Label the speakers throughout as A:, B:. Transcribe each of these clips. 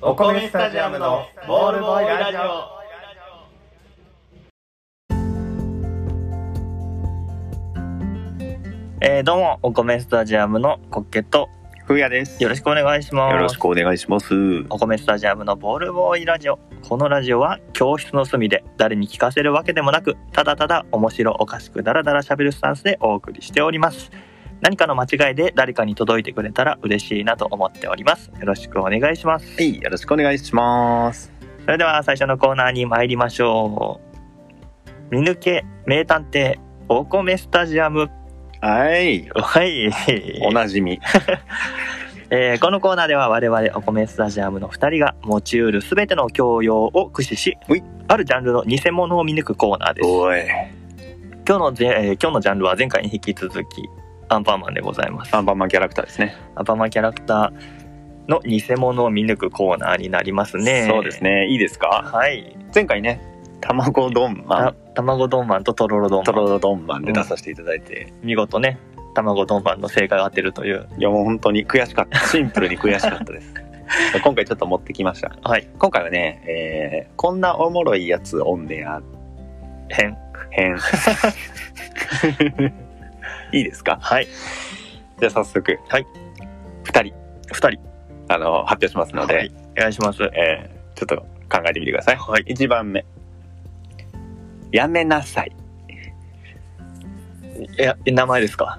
A: お米スタジアムのボールボーイラジオ
B: えー、どうもお米スタジアムのコッケと
C: ふうやです。
B: よろしくお願いします
C: よろしくお願いします。
B: お米スタジアムのボールボーイラジオこのラジオは教室の隅で誰に聞かせるわけでもなくただただ面白おかしくダラダラしゃべるスタンスでお送りしております何かの間違いで誰かに届いてくれたら嬉しいなと思っておりますよろしくお願いします
C: はい、よろしくお願いします。
B: それでは最初のコーナーに参りましょう見抜け名探偵お米スタジアム
C: はい、
B: はい
C: おなじみ。
B: えーこのコーナーでは我々お米スタジアムの2人が持ちうる全ての教養を駆使し
C: うい
B: あるジャンルの偽物を見抜くコーナーです
C: おい、
B: 今日のぜ、えー今日のジャンルは前回に引き続きアンパンマンでございます
C: アンパンマンキャラクターですね。
B: アンパンマンキャラクターの偽物を見抜くコーナーになりますね
C: そうですね。いいですか
B: はい
C: 前回ね、卵丼ま
B: た
C: ん、
B: 卵丼マンととろろ丼
C: と
B: マン
C: ろろ丼まんで出させていただいて、
B: 見事ね卵丼マンの正解を当てるという
C: いやもう本当に悔し かった。シンプルに悔しかったです。今回ちょっと持ってきました。
B: はい
C: 今回はね、えーこんなおもろいやつオンデア
B: 変
C: 編。 いいですか
B: はい
C: じゃあ早速、
B: はい、
C: 2人
B: 2人
C: あの発表しますので、
B: はいお願いします
C: えーちょっと考えてみてください。
B: はい
C: 1番目。やめなさい。
B: いや名前ですか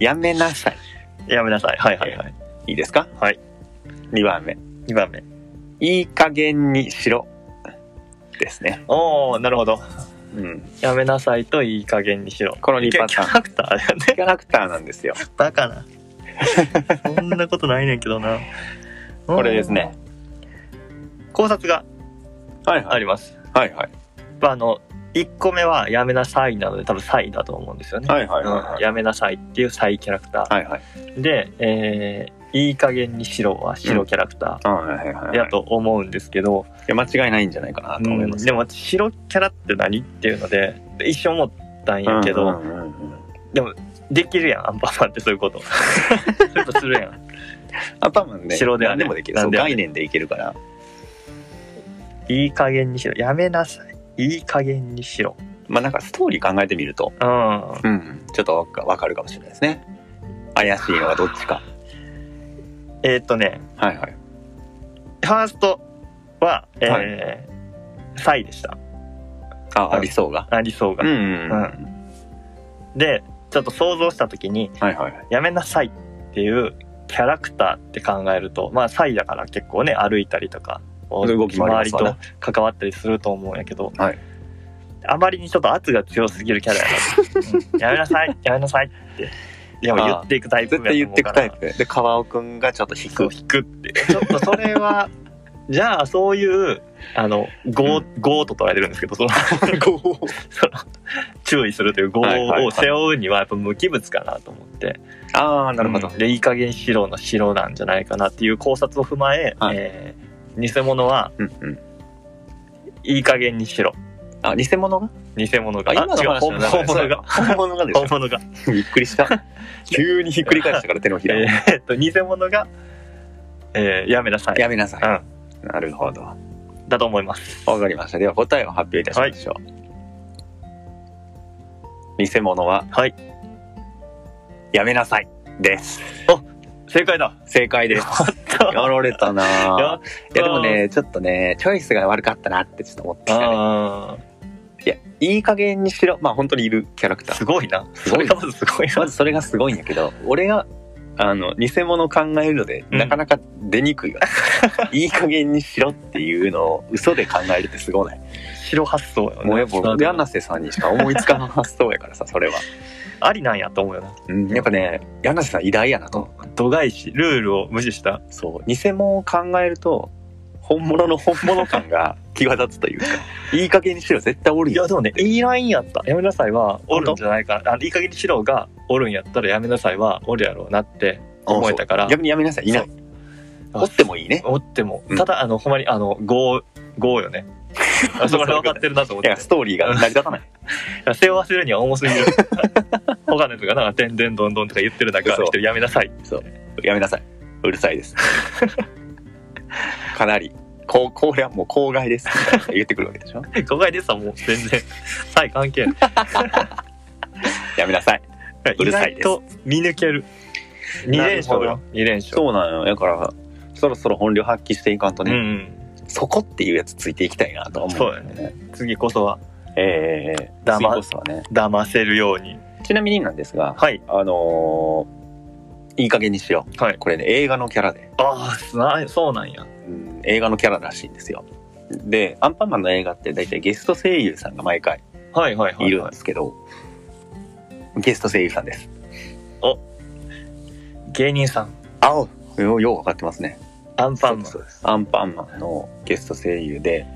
C: やめなさい。
B: やめなさいはいはいはい
C: いいですか
B: はい。
C: 2番目。
B: 2番目
C: いい加減にしろ。ですね。
B: おおなるほど
C: うん。
B: やめなさいといい加減にしろ
C: この
B: キ
C: 2
B: ャ
C: パ
B: キ
C: タ
B: ャ
C: ーン。
B: ラクターだよね
C: キャラクターなんですよ。
B: バカな そんなことないねんけどな
C: これですね。
B: うん考察が
C: はい
B: あ
C: い。
B: ります、
C: はいはい。
B: まあ、あの1個目はやめなさいなので多分サイだと思うんですよね、
C: はいはいはいは
B: うん
C: い。
B: やめなさいっていうサイキャラクター、
C: はいはい。
B: で、えーいい加減にしろは白キャラクタ
C: はいはいはいは
B: ー
C: い。
B: やと思うんですけど、
C: いや間違いないんじゃないかなと思います。
B: でも白キャラって何っていうのでで一生思ったんやけど、
C: うんうんうんうん
B: できるやんアンパンマンってそういうこと そういうことするやん
C: アンパンマンね、
B: 白では
C: 何
B: ね
C: でもできる。
B: 何
C: そう
B: でもね
C: 概念でいけるから。
B: いい加減にしろやめなさいいい加減にしろ
C: まあなんかストーリー考えてみると、
B: うん
C: うん、ちょっとわかわかるかもしれないですね。怪しいのがどっちか。
B: えーっとね
C: はいはい。
B: ファーストはえー
C: は
B: サイでした
C: あ、ありそうが。
B: あ理想
C: うん
B: が、
C: うんうん。
B: でちょっと想像した時に
C: はいはい。
B: やめなさいっていうキャラクターって考えるとまあサイだから結構ね歩いたりとか
C: 動き回りますわ
B: 周り
C: ね
B: と関わったりすると思うんやけど、
C: はい
B: あまりにちょっと圧が強すぎるキャラやな、うんやめなさいやめなさいってでも言っていくタイプやと思
C: 絶対言っ
B: う
C: て
B: か
C: く
B: ら
C: タイプ。で、川尾くんがちょっと引
B: そ
C: く
B: う。引くってちょっとそれは じゃあそういうあのゴー、ゴーと捉えてるんですけどその その注意するというゴ
C: はいは
B: ー
C: いは
B: を
C: い
B: 背負うにはやっぱ無機物かなと思って、
C: ああ、なるほど。
B: うんでいい加減白の白なんじゃないかなっていう考察を踏まえ、
C: はい
B: えー偽物は
C: うんうん。
B: いい加減に白
C: あ、偽物が
B: 偽物
C: あ、
B: が
C: 今の
B: あ違う
C: 話
B: 本
C: の中
B: 本
C: で
B: 物が。
C: 本物がで
B: 本物が
C: す よ。びっくりした。急にひっくり返したから手のひらを。
B: えーっと偽物が、えーやめなさい
C: やめなさい。なるほど。
B: だと思います
C: わかりました。では答えを発表いたしましょう。偽物は、
B: はい
C: やめなさいです。
B: 正解だ
C: 正解です。 やられたな
B: や
C: ぁ
B: っ。
C: いやでもね、ちょっとね、チョイスが悪かったなってちょっと思ってきたね。
B: あ
C: いや、いい加減にしろ。まあ本当にいるキャラクタ
B: ーす
C: ー。
B: ごいな
C: す
B: そ
C: ご
B: れ
C: い
B: がまずすごいな
C: まずそれがすごいんやけど、俺が、あの、偽物を考えるので、
B: うん
C: なかなか出に くいわ。いい加減にしろっていうのを嘘で考えるってすご ない。
B: 白発想よ
C: もうやっ
B: な
C: ぱ、
B: んか
C: 柳瀬さんにしか思いつかない発想やからさ、それは。
B: ありなんやと思うよな
C: うん、やっぱね柳瀬さん偉大やなと、
B: 度外視ルールを無視した
C: そう偽物を考えると本物の本物感が際立つとい うかいい加減にしろ絶対おる
B: いや
C: よ
B: でもねいいラインやったやめなさいはおるんじゃないかなあのいい加減にしろがおるんやったらやめなさいはおるやろうなって思えたから
C: 逆にやめなさいいない
B: そう
C: おってもいいね
B: おっても
C: うん
B: ただあのほんまにあの5 5よね あそこで分かってるなと思っ
C: い
B: て
C: やストーリーが成り立たない
B: 背負わせるには重す ぎる他のやつがなんか「てんてんどんどん」とか言ってる中
C: そう
B: 一人やめなさい
C: やめなさいうるさいです考 かなり。こう、これはもう公害です。みたいな言ってくるわけでしょ。
B: 誤解ですわもう全 然さえ関係 ない
C: やめなさい。う
B: 意
C: るさい
B: 外
C: です
B: と見抜ける2連勝
C: なる
B: よ2連勝
C: そうなのよ。だから、そろそろ本領発揮していかんと
B: う
C: ね、
B: ん
C: そこっていうやつついていきたいなとは思う。
B: そうだね。次こそは
C: ええ
B: だ
C: 次
B: ま
C: こそはね。
B: 騙せるように
C: ちなみになんですが、
B: はい
C: あのーいい加減にしよう。
B: はい
C: これね、映画のキャラで、
B: ああなそうなんや
C: うん映画のキャラらしいんですよ。で、アンパンマンの映画って大体ゲスト声優さんが毎回
B: はいはいはいい
C: るん
B: はい
C: ですけど、ゲスト声優さんです。
B: 芸人さん
C: あおようよう分かってますね。
B: アンパンマン
C: そうですそうですアンパンマンのゲスト声優で、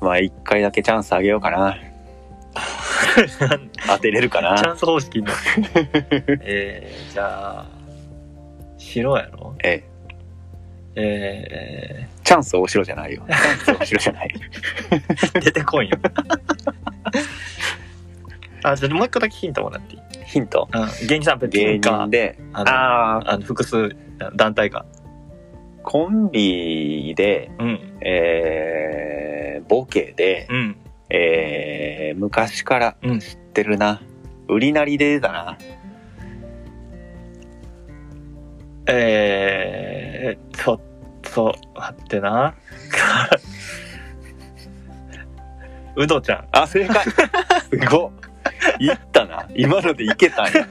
C: まあ一回だけチャンスあげようかな。当てれるか
B: チ
C: な。
B: ャンス方式 になるえー、じゃあ白やろ
C: ええ
B: え
C: チャンス大城じゃないよ。チャンス大城じゃない。
B: ー、出てこ いよあじゃあもう一個だけヒントもらっていい、
C: ヒン ト。
B: うん、芸人さん別
C: 芸
B: にか
C: 人で、
B: あの
C: ああ、
B: あの複数団体が
C: コンビで、
B: うん
C: えー、ボケで、
B: うん
C: えー、昔から
B: うん
C: 知ってるな。売りなりでだな。
B: えー、ちょっと待ってな うどちゃん
C: あ、正 解すごいいったな。今のでいけたんや。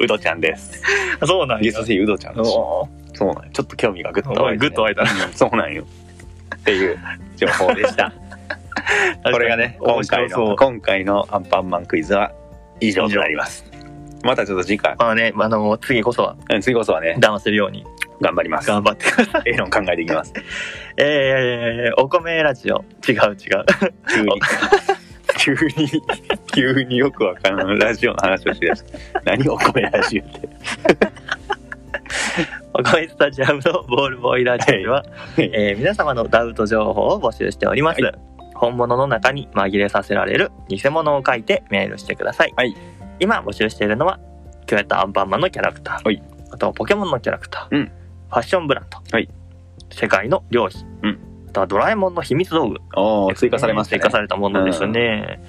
C: うどちゃんです。
B: あそうなんや
C: ゲスト声優うどちゃんです。
B: おー
C: そうなんよちょっと興味がぐっと湧いて、ね。
B: ぐっと湧いた
C: うんそうなんよ。っていう情報 でした。これがね、今
B: 面白
C: 回
B: そ
C: の、
B: う
C: 今回のアンパンマンクイズは以上となります。またちょっと次回、
B: まあね、あの、次こそは
C: うん次こそはね、
B: 騙せるように
C: 頑張ります。
B: 頑張ってく ださい。
C: エロン考えていきます。
B: えー、お米ラジオ。違う違う。
C: 急に。急に、急によくわからんラジオの話をしだした。何お米ラジオって。
B: お米スタジアムのボールボーイラジオでは、
C: い
B: えー皆様のダウト情報を募集しております。
C: は
B: 本物の中に紛れさせられる偽物を書いてメールしてください。
C: はい
B: 今募集しているのは、今日やったアンパンマンのキャラクター。
C: はい
B: あと、ポケモンのキャラクター。
C: うん
B: ファッションブランド。
C: はい
B: 世界の漁師。
C: うん
B: あとはドラえもんの秘密道具。
C: おー追加されました、ね。
B: 追加されたものですね。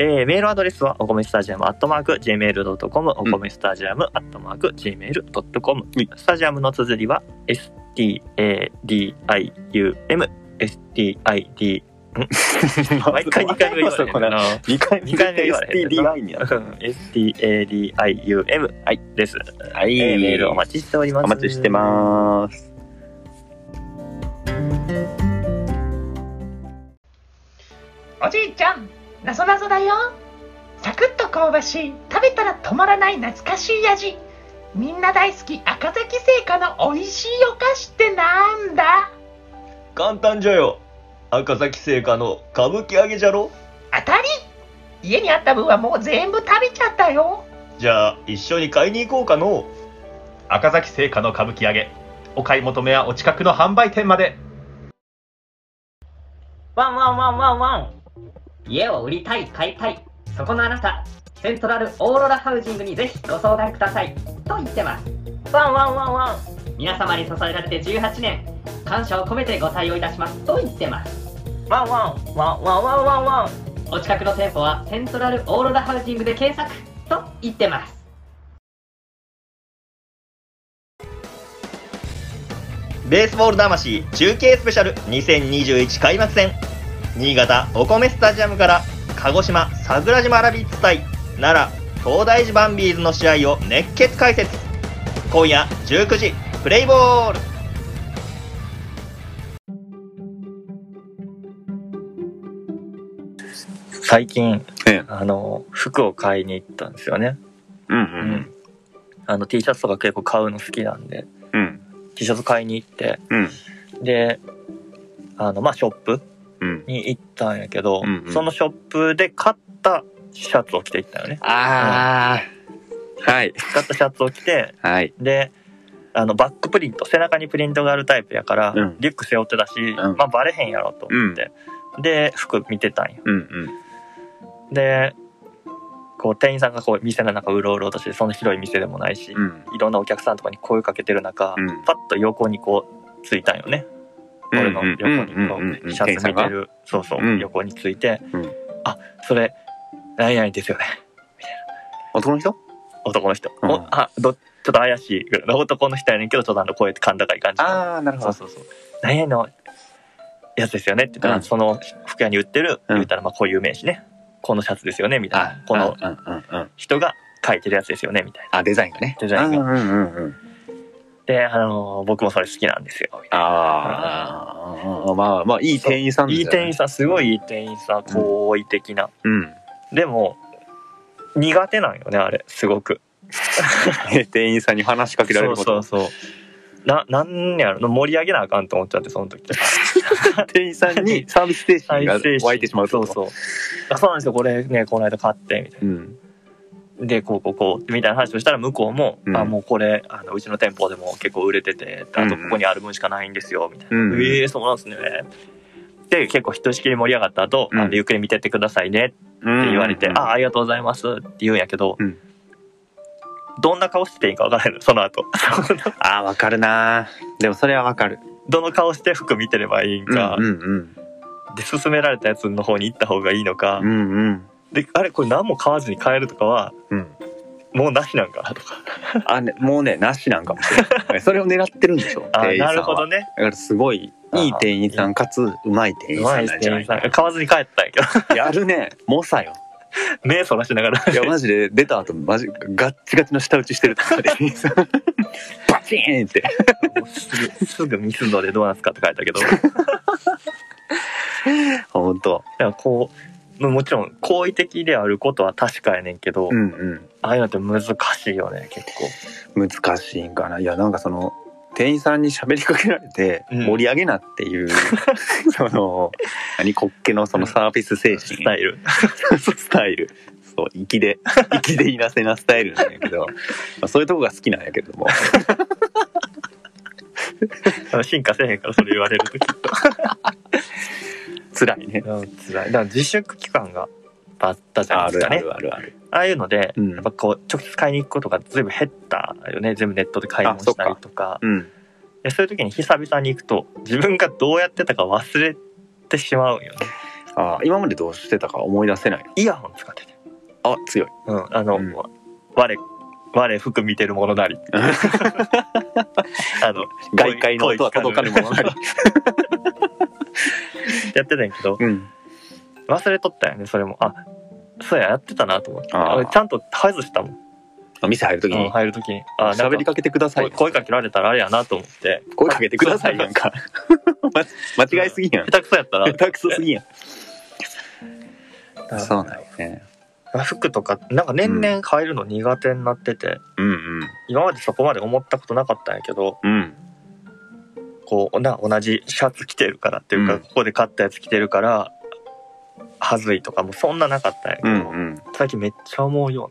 B: えーメールアドレスはお米スタジアムアットマーク Gmail.com お米スタジアムアットマーク Gmail.com、
C: い
B: スタジアムの綴りは STADIUM STID 毎回2回目言われて
C: こ
B: る
C: れ。
B: な
C: 2回目
B: 二回目言われへんねんな
C: STDI にやる。
B: STADIUM
C: はい
B: です、
C: はい
B: えーメールお待ちしております
C: お待ちしてます。
D: おじいちゃんなぞなぞだよサクッと香ばしい食べたら止まらない懐かしい味みんな大好き赤崎製菓の美味しいお菓子ってなんだ
A: 簡単じゃよ赤崎製菓の歌舞伎揚げじゃろ
D: 当たり家にあった分はもう全部食べちゃったよ
A: じゃあ一緒に買いに行こうかの
E: 赤崎製菓の歌舞伎揚げお買い求めはお近くの販売店まで
F: ワンワンワンワンワン家を売りたい買いたいそこのあなたセントラルオーロラハウジングにぜひご相談くださいと言ってますワンワンワンワン皆様に支えられて18年感謝を込めてご対応いたしますと言ってますワンワンワンワンワンワンワンお近くの店舗はセントラルオーロラハウジングで検索と言ってます
A: ベースボール魂中継スペシャル2021開幕戦新潟お米スタジアムから鹿児島桜島アラビッツ対奈良東大寺バンビーズの試合を熱血解説今夜19時プレイボール
B: 最近、
C: ええ
B: あの服を買いに行ったんですよね、
C: うんう
B: うんあの T シャツとか結構買うの好きなんで
C: うん。うん。
B: T シャツ買いに行って
C: うん。
B: であのまあショップ
C: うん。
B: に行ったんやけど、
C: うんうん
B: そのショップで買ったシャツを着て行ったよ ね
C: ああ。はい。
B: 買ったシャツを着て
C: はい。
B: であのバックプリント背中にプリントがあるタイプやから、
C: うん
B: リュック背負ってたし、
C: ん
B: まあバレへんやろと思って、で服見てたんよ
C: うんうん。
B: でこう店員さんがこう店の中うろうろとしてそんな広い店でもないし、
C: うん。
B: いろんなお客さんとかに声かけてる中、
C: うん
B: パッと横にこうついたんよね俺の横
C: うんう
B: に
C: ん
B: こ
C: うんうんうん
B: うシャツ見てるそうそう、
C: うん
B: 横について、
C: うん
B: あそれ何々ですよね
C: 男の人
B: 男の人、
C: うん
B: おあどちょっと怪しいぐらいの男の人やねんけどちょっとあの声甲高い感じの
C: あ、なる
B: そう。そうそう何々のやつですよねって言ったら、
C: うん
B: その服屋に売ってる、
C: うん
B: 言ったらまあこういう名詞ねこのシャツですよねみたい
C: あ
B: な、この
C: うんうんうん。
B: 人が書いてるやつですよねみたいな
C: あ、デザインがね。
B: デザインが
C: が。うんうんうん。
B: で、あのー僕もそれ好きなんですよみたいな
C: ああ、まあまあ、いい店員さん
B: いい店員
C: さ
B: さんすごいいい店員さん好意的な、
C: ん。うん。
B: でも苦手なんよねあれすごく
C: 店員さんに話しかけら
B: そ
C: れる
B: う
C: こ
B: そう
C: と。
B: そうななんやろ盛り上げなあかんと思っちゃってその時
C: 店員さんにサービス精神が湧いてしまう。
B: そうそうあそうなんですよこれねこの間買ってみたいう
C: うん。
B: なでこうこうこうみたいな話をしたら向こうも「
C: うん
B: あもうこれあのうちの店舗でも結構売れててあとここにある分しかないんですよ」みたいな「
C: うん
B: ええそうなんですね」で結構ひとしきり盛り上がった後、
C: うん
B: あのゆっくり見てってくださいねって言われて「あありがとうございます」って言うんやけど、
C: うん
B: どんな顔していいか分からへんのその 後
C: あー、わかるなでもそれはわかる。
B: どの顔して服見てればいいんか、
C: うんうん
B: で勧められたやつの方に行った方がいいのか、
C: うん。うんうん。
B: であれこれ何も買わずに買えるとかは
C: うん。
B: もうなしなんかなとか
C: あ、ね、もうね、なしなんかもしれない。それを狙ってるんでしょ。
B: あ
C: 店員さん
B: な
C: は
B: るほど。ね
C: だからすごい、いい店員さんかつ、うまい店員さんなんじゃないか
B: 買わずに帰ったんやけど
C: な。やるね。猛者よ。
B: 目そらしながら
C: いや、マジで出た後、マジ、ガッチガチの舌打ちしてるとかで、バチーンって。
B: もうすぐすぐミスドでドーナツ買って帰ったけ ど
C: 本当。
B: でもこうもちろん好意的であることは確かやねんけど、
C: うん
B: ああいうのって難しいよね結構
C: うん。難しいんかな。いや、なんかその、店員さんに喋りかけられて、
B: うん
C: 盛り上げなっていう、 その、何、滑稽のそのサービス精神。
B: スタイル
C: そうスタイル。そう、粋で、 粋でいなせなスタイルなんやけど、まあ、そういうとこが好きなんやけども。
B: 進化せえへんからそれ言われるとき
C: 辛いね。
B: うん辛いだから自粛期間があったじゃない
C: あ
B: です
C: る
B: か
C: あ
B: ね
C: るあるある。
B: ああいうので、
C: うん
B: やっぱこう直接買いに行くことがずいぶん減ったよね全部ネットで買い物したりとか
C: うん。
B: でそういう時に久々に行くと自分がどうやってたか忘れてしまうんよね
C: ああ、今までどうしてたか思い出せない。
B: イヤホン使ってて
C: あ、強い。
B: うんあの、
C: うん
B: 我我服見てるものな り あの
C: 外界の音は届かぬものなり。
B: やってたんやけど
C: うん。
B: 忘れとったよねそれもあそうややってたなと思って
C: あー
B: 俺ちゃんと外したもん、
C: 店入るとき
B: うん、
C: に、
B: 入る時にあなん
C: 喋
B: か
C: りかけてください
B: 声。声かけられたらあれやなと思って
C: 声かけてくださいやんか。 ま間違いすぎやん
B: 下。手くそやったら
C: 下手くそすぎや
B: うん
C: ん。そうなんよね。
B: 服とかなんか年々変えるの苦手になってて、
C: うんうん。
B: 今までそこまで思ったことなかったんやけど
C: うん。
B: こうな同じシャツ着てるからっていうか、
C: うん
B: ここで買ったやつ着てるからはずいとかもうそんななかったんやけど、
C: うんうん。
B: 最近めっちゃ思うよ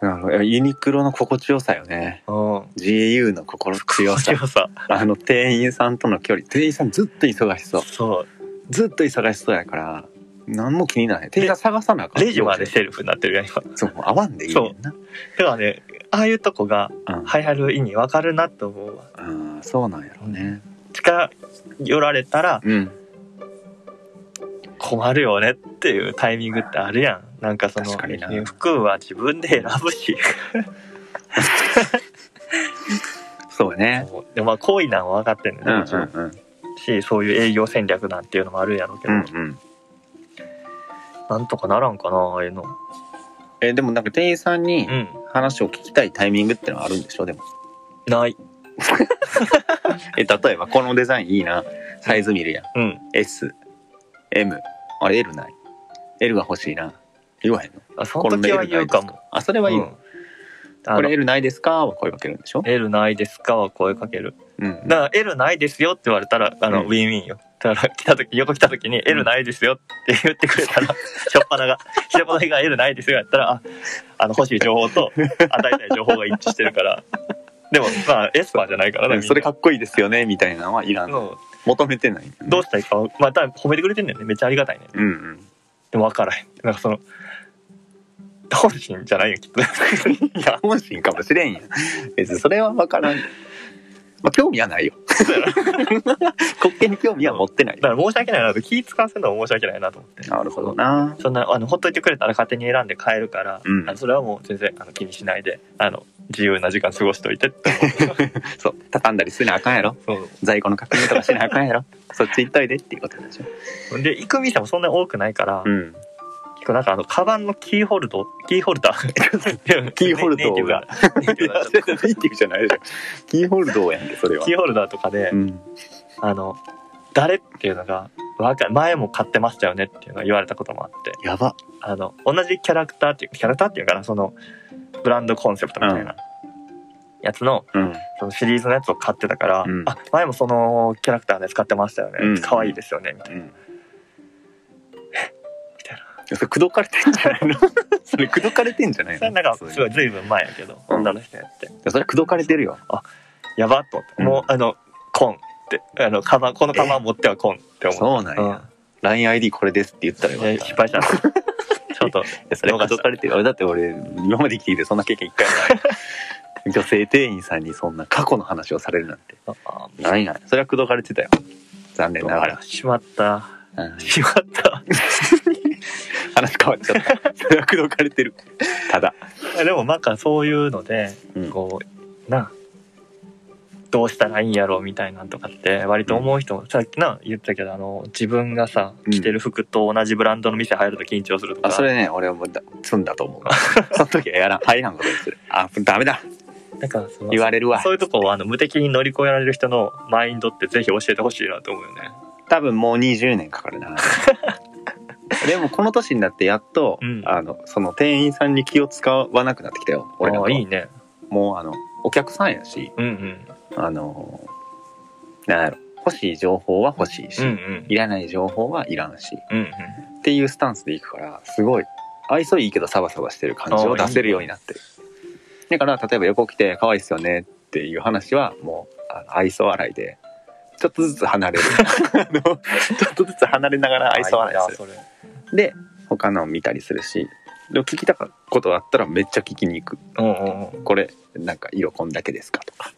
C: なるほどユニクロの心地よさよね。
B: うなうん
C: GU の心地よさ。
B: 強さ
C: あの店員さんとの距離店員さんずっと忙しそう
B: そう
C: ずっと忙しそうやから何も気にならない店員さん探さなあかん
B: レジまでセルフになってるやん今だか
C: そうもう合わんでいいねんな
B: らねああいうとこが
C: うん
B: 流行る意味わかるなと思うわ
C: あーそうなんやろうね
B: 近寄られたら
C: うん
B: 困るよねっていうタイミングってあるやんなんかその
C: 確かにな
B: 服は自分で選ぶし
C: そうね
B: でもまあ好意なんは分かってんねん
C: うんうん
B: な
C: うん
B: しそういう営業戦略なんていうのもあるんやろうけ
C: う
B: ど、
C: んうん
B: なんとかならんかなああいうの
C: えでもなんか店員さんに
B: うん
C: 話を聞きたいタイミングってのはあるんでしょでも
B: ない
C: え例えばこのデザインいいなサイズ見るやん
B: うん
C: SM あれ L ない L が欲しいな言わへんの
B: あその時は言うかも
C: あそれは言う、
B: うんあの
C: これ L ないですかは声かけるんでしょ
B: L ないですかは声かける
C: うん
B: だから L ないですよって言われたらあの、
C: うん
B: ウィンウィンよだから来た時横来た時に L ないですよって言ってくれたら、 しょっぱながしょっぱなが L ないですよやったらああの欲しい情報と 与えたい情報が一致してるからでもまあエスパーじゃないからねみんな
C: それかっこいいですよねみたいなのはいらんの
B: うん
C: 求めてないんだよね
B: どうしたらいいかまあ多分褒めてくれてんだよねめっちゃありがたいね
C: うんうん
B: でも分からへんなんかその本心じゃないよきっと
C: いや本心かもしれんやん別にそれは分からんまあ興味はないよ滑稽に興味は持ってない
B: だ。から申し訳ないなと気使わせるのは申し訳ないなと思って
C: なるほどな。
B: そんなあのほっといてくれたら勝手に選んで買えるから、
C: うん
B: あのそれはもう全然あの気にしないであの自由な時間過ごしておいてって
C: そう。畳んだりすなあかんやろ。
B: 思う
C: 在庫の確認とかしなあかんやろ。そっち行っといでっていうことでしょ。
B: そうで行く店もそんなに多くないから、
C: うん。
B: 結構なんかあのカバンのキーホルドキーホルダー
C: キーホルダー
B: ネイティブがネイティブが
C: ネイティブじゃないでしょ。キーホルドやんけ、それは
B: キ。ーホルダーとかで、
C: うん。
B: あの誰っていうのがわか前も買ってましたよねっていうのが言われたこともあって
C: やば。
B: あの同じキャラクターっていうキャラクターっていうかなそのブランドコンセプトみたいなやつの、
C: うん。
B: そのシリーズのやつを買ってたから、
C: うん
B: あ前もそのキャラクターね使ってましたよね、
C: うん
B: 可愛いですよねみたい
C: うん。
B: みたい
C: それ、口説かれてんじゃ ないのそれ、口説かれてんじゃな
B: ないそれ
C: の
B: なんかすごい随分前やけど
C: うん
B: 女の人やって
C: それ、口説かれてるよ。
B: やばっと思って、
C: うん
B: もうあのコンってあのカバンこのカバン持ってはコンって思
C: そうなん
B: う
C: や。LINEID これですって言ったらよ
B: うん
C: か
B: で
C: った。
B: 失敗 したちょっと
C: いやそれ口説かれてる。俺だって俺、今まで生きてきてそんな経験一回も ない。女性店員さんにそんな過去の話をされるなんて。
B: あ
C: ないない。それは口説かれてたよ。残念ながら。
B: しまった
C: うん
B: しまった
C: 話変わっちゃ った。それは口説かれてる。ただ。
B: いやでもなんかそういうので
C: うん
B: こうなどうしたらいいんやろうみたいなんとかって割と思う人も、さっきな言ってたけどあの自分がさ
C: うん
B: 着てる服と同じブランドの店入ると緊張するとか、
C: あ、それね、俺はもうだ、積んだと思う。 その時はやらん。入らんことにする。あ、ダメだ。
B: なんかその
C: 言われるわ
B: そ。ういうとこをあの無敵に乗り越えられる人のマインドってぜひ教えてほしいなと思うよね。
C: 多分もう20年かか るな。でもこの年になってやっと、
B: うん
C: あのその店員さんに気を使わなくなってきたよ俺なん
B: あ
C: か
B: あ
C: はい
B: いね。
C: もうあのお客さんやし
B: うんうん
C: あのなんやろ欲しい情報は欲しいし、
B: うんうん
C: いらない情報はいらんし
B: うんうん。
C: っていうスタンスでいくからすごい愛想いいけどサバサバしてる感じを出せるようになってるだから例えば横来て可愛いっすよねっていう話はもうあの愛想笑いでちょっとずつ 離れるあのちょっとずつ離れながら愛想笑いする
B: それ。
C: で他のを見たりするしでも聞きたかったことがあったらめっちゃ聞きに行く
B: うんうんうん。
C: これなんか色こんだけですかとか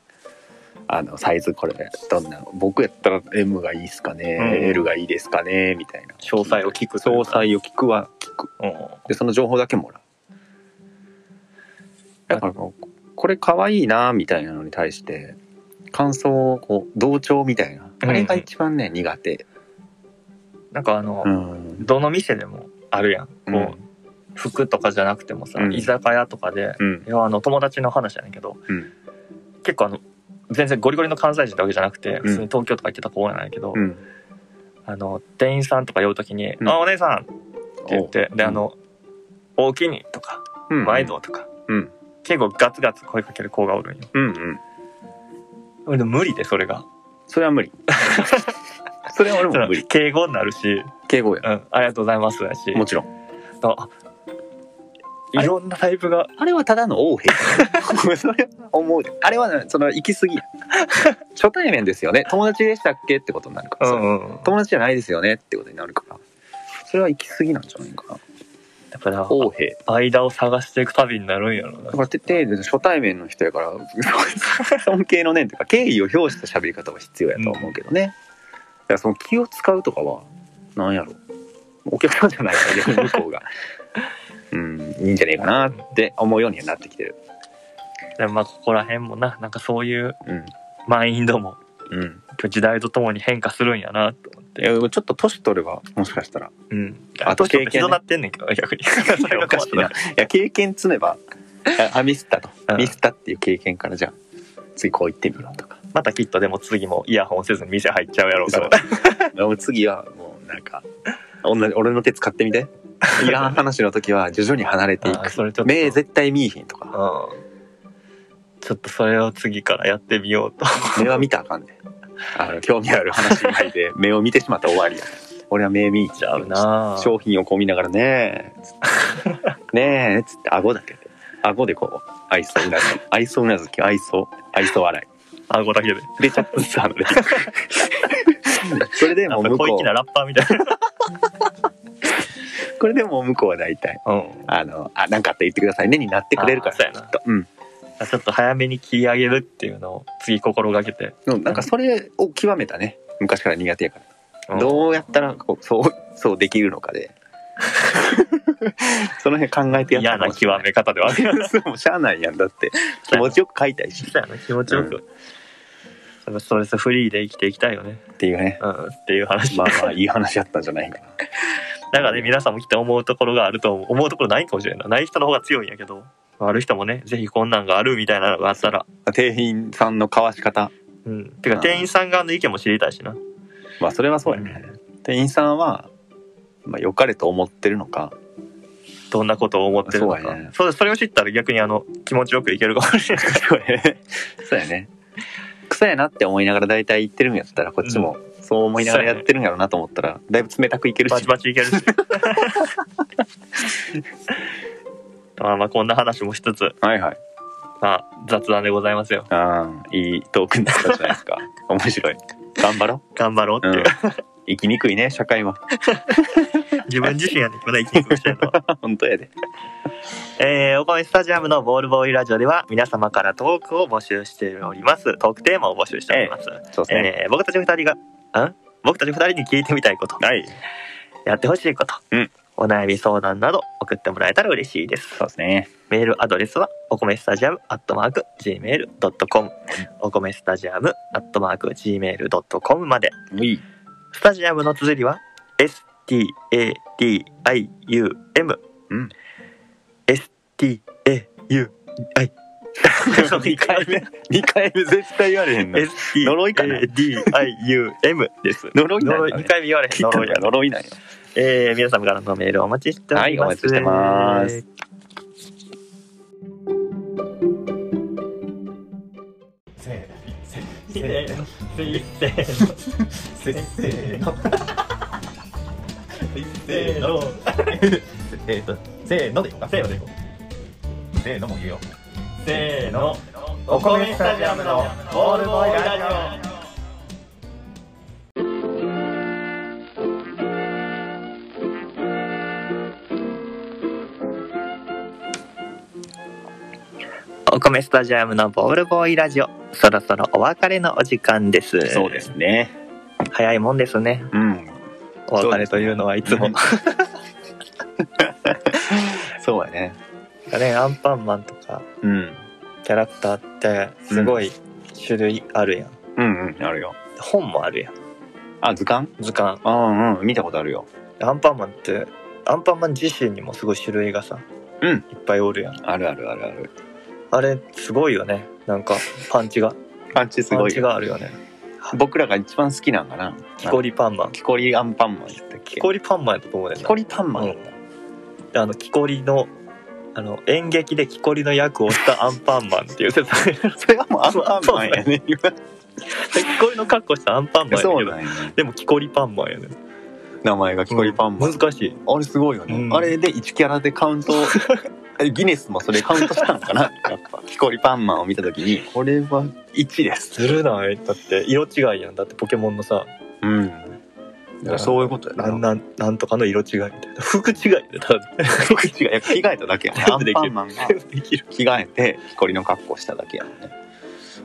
C: あのサイズこれどんなの僕やったら M がいいっすかね、
B: うん
C: L がいいですかねみたいな
B: 詳細を聞くとい
C: 詳
B: うか。
C: 細を聞くは聞く
B: うんうん。
C: でその情報だけもらうだからこうこれかわいいなみたいなのに対して感想をこう同調みたいなあれが一番ね、苦手
B: なんかあの、
C: うん
B: どの店でもあるやん。こう、
C: うん
B: 服とかじゃなくてもさ、
C: うん
B: 居酒屋とかで、
C: うん
B: いやあの友達の話やねんけど、
C: うん
B: 結構あの全然ゴリゴリの関西人ってわけじゃなくて、
C: ん
B: 普通に東京とか行ってた子なんやけど、
C: うん
B: あの店員さんとか呼ぶときに「
C: うん
B: あお姉さん!」って言って、であの「おおきに」とか「
C: うん
B: 毎度」とか、
C: うん
B: 結構ガツガツ声かける子がおるんよ
C: うんうん
B: 俺でも無理でそれが
C: それは無理それは俺も無理
B: 敬語になるし「
C: 敬語や
B: うん、ありがとうございます」やし
C: もちろん
B: あいろんなタイプが
C: あれはただの横兵 それは思うであれはねその行き過ぎ初対面ですよね友達でしたっけってことになるか
B: う
C: らさ、
B: んうんうん
C: 友達じゃないですよねってことになるからそれは行き過ぎなんじゃないかな
B: だから
C: 横兵
B: 間を探していく旅になるんやろな
C: だからてて初対面の人やから 尊敬の念というか敬意を表した喋り方は必要やと思うけどね、だからその気を使うとかはなんやろお客さんじゃないから逆に向こうが うんいいんじゃねえかなって思うようにはなってきてる
B: でもまあここら辺もななんかそういう
C: うん
B: マインドも
C: うん
B: 今日時代とともに変化するんやなと思って
C: いやちょっと年取ればもしか したら
B: うん
C: あと
B: 年取って
C: 経験ね
B: ひどなってんねんけど逆に それが
C: おかしい
B: 怖
C: ないや経験積めばああミスったと、
B: うん
C: ミスったっていう経験からじゃあ次こう言ってみようとか
B: またきっとでも次もイヤホンせずに店入っちゃうやろうから
C: もう次はもうなんか同じ俺の手使ってみていらん話の時は徐々に離れてい
B: あー
C: く
B: それちょっと
C: 目絶対見えひんとか
B: うんちょっとそれを次からやってみよう と
C: 目は見たらあかんねあの興味ある話以 外で目を見てしまったら終わりや俺は目見え
B: ちゃうな
C: 商品をこう見ながらねえつってねえつって顎だけで顎でこう愛想うなずき愛想うなずき愛想愛想笑
B: 顎だけで
C: いでちゃっとず つ離れていくそれで
B: な
C: も
B: ん
C: う
B: か小
C: 向こ
B: 粋な
C: う
B: ラッパーみたいな
C: これでもう向こうは大体
B: うん
C: あのあなんかあって言ってくださいねになってくれるから
B: あーそうやな
C: きっとうん
B: あちょっと早めに切り上げるっていうのを次心がけて。
C: でもなんかそれを極めたね昔から苦手やからどうやったらこうそうそうできるのか でその辺考えてやった
B: 嫌
C: か
B: な
C: もしれ
B: 極め方ではある。
C: ない そうもうしゃあないやんだって気持ちよく書いたいし
B: そうやな気持ちよく。ストレスフリーで生きていきたいよね。
C: っていうね
B: うん、っていう話。
C: まあまあいい話やったんじゃないかな
B: だ からね、皆さんもきっと思うところがあると思う。思うところないかもしれんない。ない人の方が強いんやけど。ある人もね、ぜひこんなんがあるみたいなのがあったら。
C: 店員さんの交わし方
B: うん。てか、店員さん側の意見も知りたいしな。
C: まあそれはそうやね店員さんは、まあ、良かれと思ってるのか
B: どんなことを思ってるのか。
C: そう
B: そ
C: やね
B: うそれを知ったら逆にあの、気持ちよくいけるかもしれない。
C: そうやねそうやねクソやなって思いながら大体言ってるんやったらこっちもそう思いながらやってるんやろうなと思ったらだいぶ冷たくいけるし
B: バチバチいけるし。 まあまあ、こんな話もしつつ、
C: はいはい
B: まあ、雑談でございますよ。
C: ああいいトークになったじゃないですか 面白い頑張ろ
B: 頑張ろうって
C: う、う
B: い
C: ん
B: う。、
C: 生きにくいね社会は
B: 自分自身やね、まだ生きにくくしてるのは。
C: 本当やで
B: えー、お米スタジアムのボールボーイラジオでは皆様からトークを募集しております。トークテーマを募集しております。
C: そうです
B: え
C: ね、
B: ー僕たち二人が、ん僕たち二人に聞いてみたいこと、
C: はい
B: やってほしいこと、
C: うん
B: お悩み相談など送ってもらえたら嬉しいです。
C: そうですね
B: メールアドレスはお米スタジアムアットマーク gmail.com お米スタジアムアットマーク gmail.com まで
C: いい
B: スタジアムの綴りは STADIUM、
C: うん、
B: STAUI そう
C: 2回目2回目絶対言われへんの
B: STADIUM
C: 呪いかな
B: です
C: 呪いなんだね
B: 呪2回目言われへん
C: 聞いた
B: 呪
C: の
B: い
C: が
B: や
C: 呪いなんよ
B: えー皆様からのメールをお待ちしております、
C: はいお待ちしてます
E: せーせ
B: せーの
E: せ
B: せ
E: せーのせーのえっとせーのでいこうかせーのでいこうせーのも言えよ
B: ーの
E: お米スタジアムのボールボーイラジオ
B: お米スタジアムのボールボーイラジオそろそろお別れのお時間です
C: そうですね
B: 早いもんですね
C: うん
B: お別れというのはいつ も、
C: そうやね
B: ねアンパンマンとか
C: うん
B: キャラクターってすごい種類あるやん、
C: うんうんあるよ
B: 本もあるやん
C: あ図鑑
B: 図鑑
C: ああうん見たことあるよ
B: アンパンマンってアンパンマン自身にもすごい種類がさ、
C: うん
B: いっぱいおるやん
C: あるあるあるある
B: あれすごいよねなんかパンチが
C: パンチ す
B: パ
C: ご
B: ン
C: い
B: チ
C: よ
B: があるよね
C: 僕らが一番好きなんかな
B: 木こりパンマン
C: 木こりアンパンマンやったっけ
B: 木こりパンマンやったと思うねん
C: 木
B: な
C: こりパンマンだった
B: であの木こりのあの演劇で木こりの役をしたアンパンマンっていう説明 木
C: それはもうアンパンマンやね
B: こりの格好したアンパンマンやね
C: そ
B: ん
C: う
B: けど
C: なんやね
B: でも木こりパンマンやねん
C: 名前が木こりパンマン、
B: 難しい
C: あれすごいよね、
B: うん
C: あれで1キャラでカウン トえギネスもそれカウントしたん かなやっぱ木こりパンマンを見た時にこれは1です
B: ずるないだって色違いやんだってポケモンのさ
C: うんだからそういうことや
B: な
C: なん
B: なんなんとかの色違いみたいな服違いでた だ
C: 僕違ういや着替えただけやねア
B: 全部
C: ン
B: でき
C: パ
B: る
C: ンマンが
B: できる
C: 着替えて木こりの格好しただけやもんね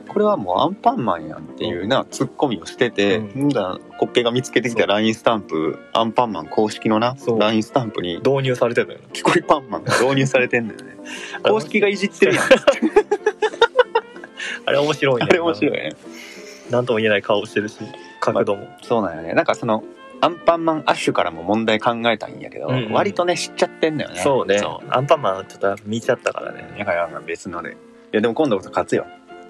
C: これはもうアンパンマンやんっていうな、ツッコミをしてて、
B: うん
C: んだ、コッケが見つけてきた LINE スタンプアンパンマン公式のな
B: そう
C: LINE スタンプに
B: 導入されてたよね
C: 木こりパンマンが導入されてんだよ ね公式がいじってるやん
B: あれ面白いね
C: あれ面白いね
B: なんとも言えない顔してるし角度も、
C: そうなんよねなんかそのアンパンマンアッシュからも問題考えたんやけど、
B: うんうん
C: 割とね知っちゃってんだよね
B: そうねアンパンマンちょっと見ちゃったからね
C: だからまあ別のでいやでも今度こそ勝つよ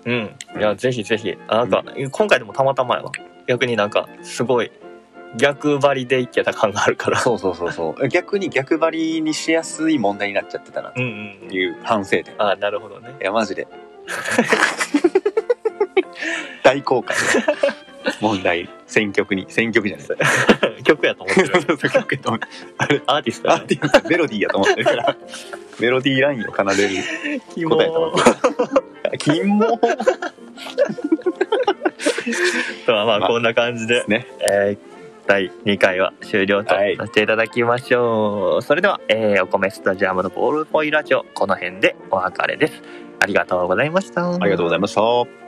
B: うん、いやぜひぜひあなんか、今回でもたまたまやわ逆になんかすごい逆張りでいけた感があるから
C: そうそうそうそう逆に逆張りにしやすい問題になっちゃってたなっ
B: うんうん
C: ていう反省点
B: あなるほどね
C: いやマジで 大公開問題選曲に選曲じゃない
B: 曲やと思って るアーティスト
C: ア
B: や
C: ーティストメロディーやと思ってるからメロディーラインを奏でる
B: キ
C: 答えと思ってる金もで
B: と はま
C: ま
B: あ
C: あ
B: こんな感じで、
C: すね
B: えー第2回は終了とさ
C: はい
B: せていただきましょう、それでは、えーお米スタジアムのボールボーイラジオこの辺でお別れです
G: ありがとうございました。
B: ありがとうございました。